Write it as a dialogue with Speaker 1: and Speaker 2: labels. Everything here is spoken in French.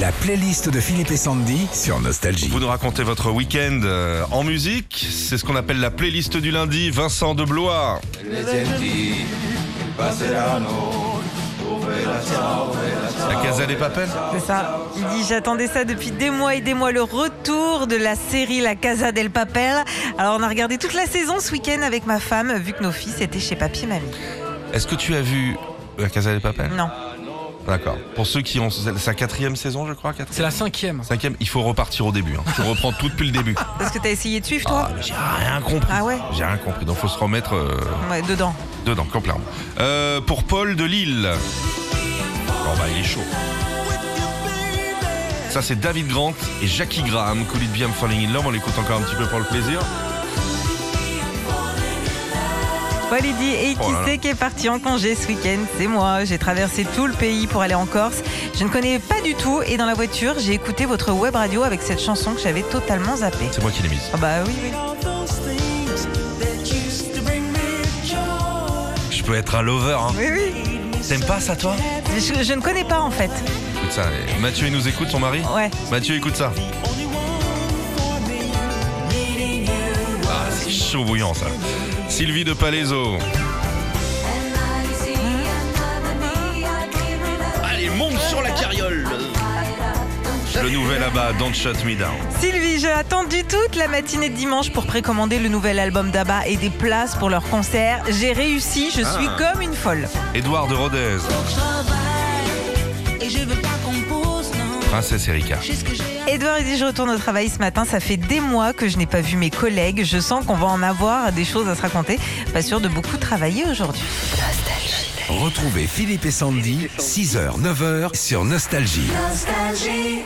Speaker 1: La playlist de Philippe et Sandy sur Nostalgie.
Speaker 2: Vous nous racontez votre week-end euh, en musique. C'est ce qu'on appelle la playlist du lundi. Vincent de Blois. La Casa des Papel.
Speaker 3: C'est ça. Il dit J'attendais ça depuis des mois et des mois, le retour de la série La Casa del Papel. Alors, on a regardé toute la saison ce week-end avec ma femme, vu que nos fils étaient chez Papy et Mamie.
Speaker 2: Est-ce que tu as vu La Casa des Papel
Speaker 3: Non.
Speaker 2: D'accord. Pour ceux qui ont c'est sa quatrième saison, je crois.
Speaker 4: C'est
Speaker 2: Quatrième.
Speaker 4: la cinquième.
Speaker 2: Cinquième, il faut repartir au début. hein. Tu reprends tout depuis le début.
Speaker 3: Parce que t'as essayé de suivre, toi
Speaker 2: Ah, mais J'ai rien compris.
Speaker 3: Ah ouais
Speaker 2: J'ai rien compris. Donc faut se remettre euh,
Speaker 3: Ouais, dedans.
Speaker 2: dedans, complètement. Euh, pour Paul de Lille. Oh bah il est chaud. Ça c'est David Grant et Jackie Graham. Could it be I'm falling in love On l'écoute encore un petit peu pour le plaisir.
Speaker 3: Paul il dit et qui
Speaker 2: Oh là là.
Speaker 3: c'est qui est parti en congé ce week-end C'est moi. J'ai traversé tout le pays pour aller en Corse. Je ne connais pas du tout et dans la voiture, j'ai écouté votre web radio avec cette chanson que j'avais totalement zappée.
Speaker 2: C'est moi qui l'ai mise.
Speaker 3: Ah bah oui, oui.
Speaker 2: Je peux être un lover. Hein.
Speaker 3: Oui, oui.
Speaker 2: T'aimes pas ça toi
Speaker 3: Je, je ne connais pas en fait.
Speaker 2: Écoute ça. et Mathieu il nous écoute son mari.
Speaker 3: Ouais.
Speaker 2: Mathieu écoute ça. Ah c'est chaud bouillant ça. Sylvie de Palaiso. Allez monte sur la carriole. Le nouvel abat Don't Shut Me Down.
Speaker 3: Sylvie, j'ai attendu toute la matinée de dimanche pour précommander le nouvel album d'Abba et des places pour leur concert. J'ai réussi, je suis
Speaker 2: Ah.
Speaker 3: comme une folle.
Speaker 2: Édouard de Rodez.
Speaker 5: Et je veux pas qu'on pose, non.
Speaker 2: Princesse Erika.
Speaker 5: J'ai ce que j'ai à
Speaker 3: Edouard, il dit Je retourne au travail ce matin, ça fait des mois que je n'ai pas vu mes collègues. Je sens qu'on va en avoir des choses à se raconter. Pas sûr de beaucoup travailler aujourd'hui.
Speaker 1: Retrouvez Philippe et Sandy, 6h, 9h sur Nostalgie.
Speaker 5: partager.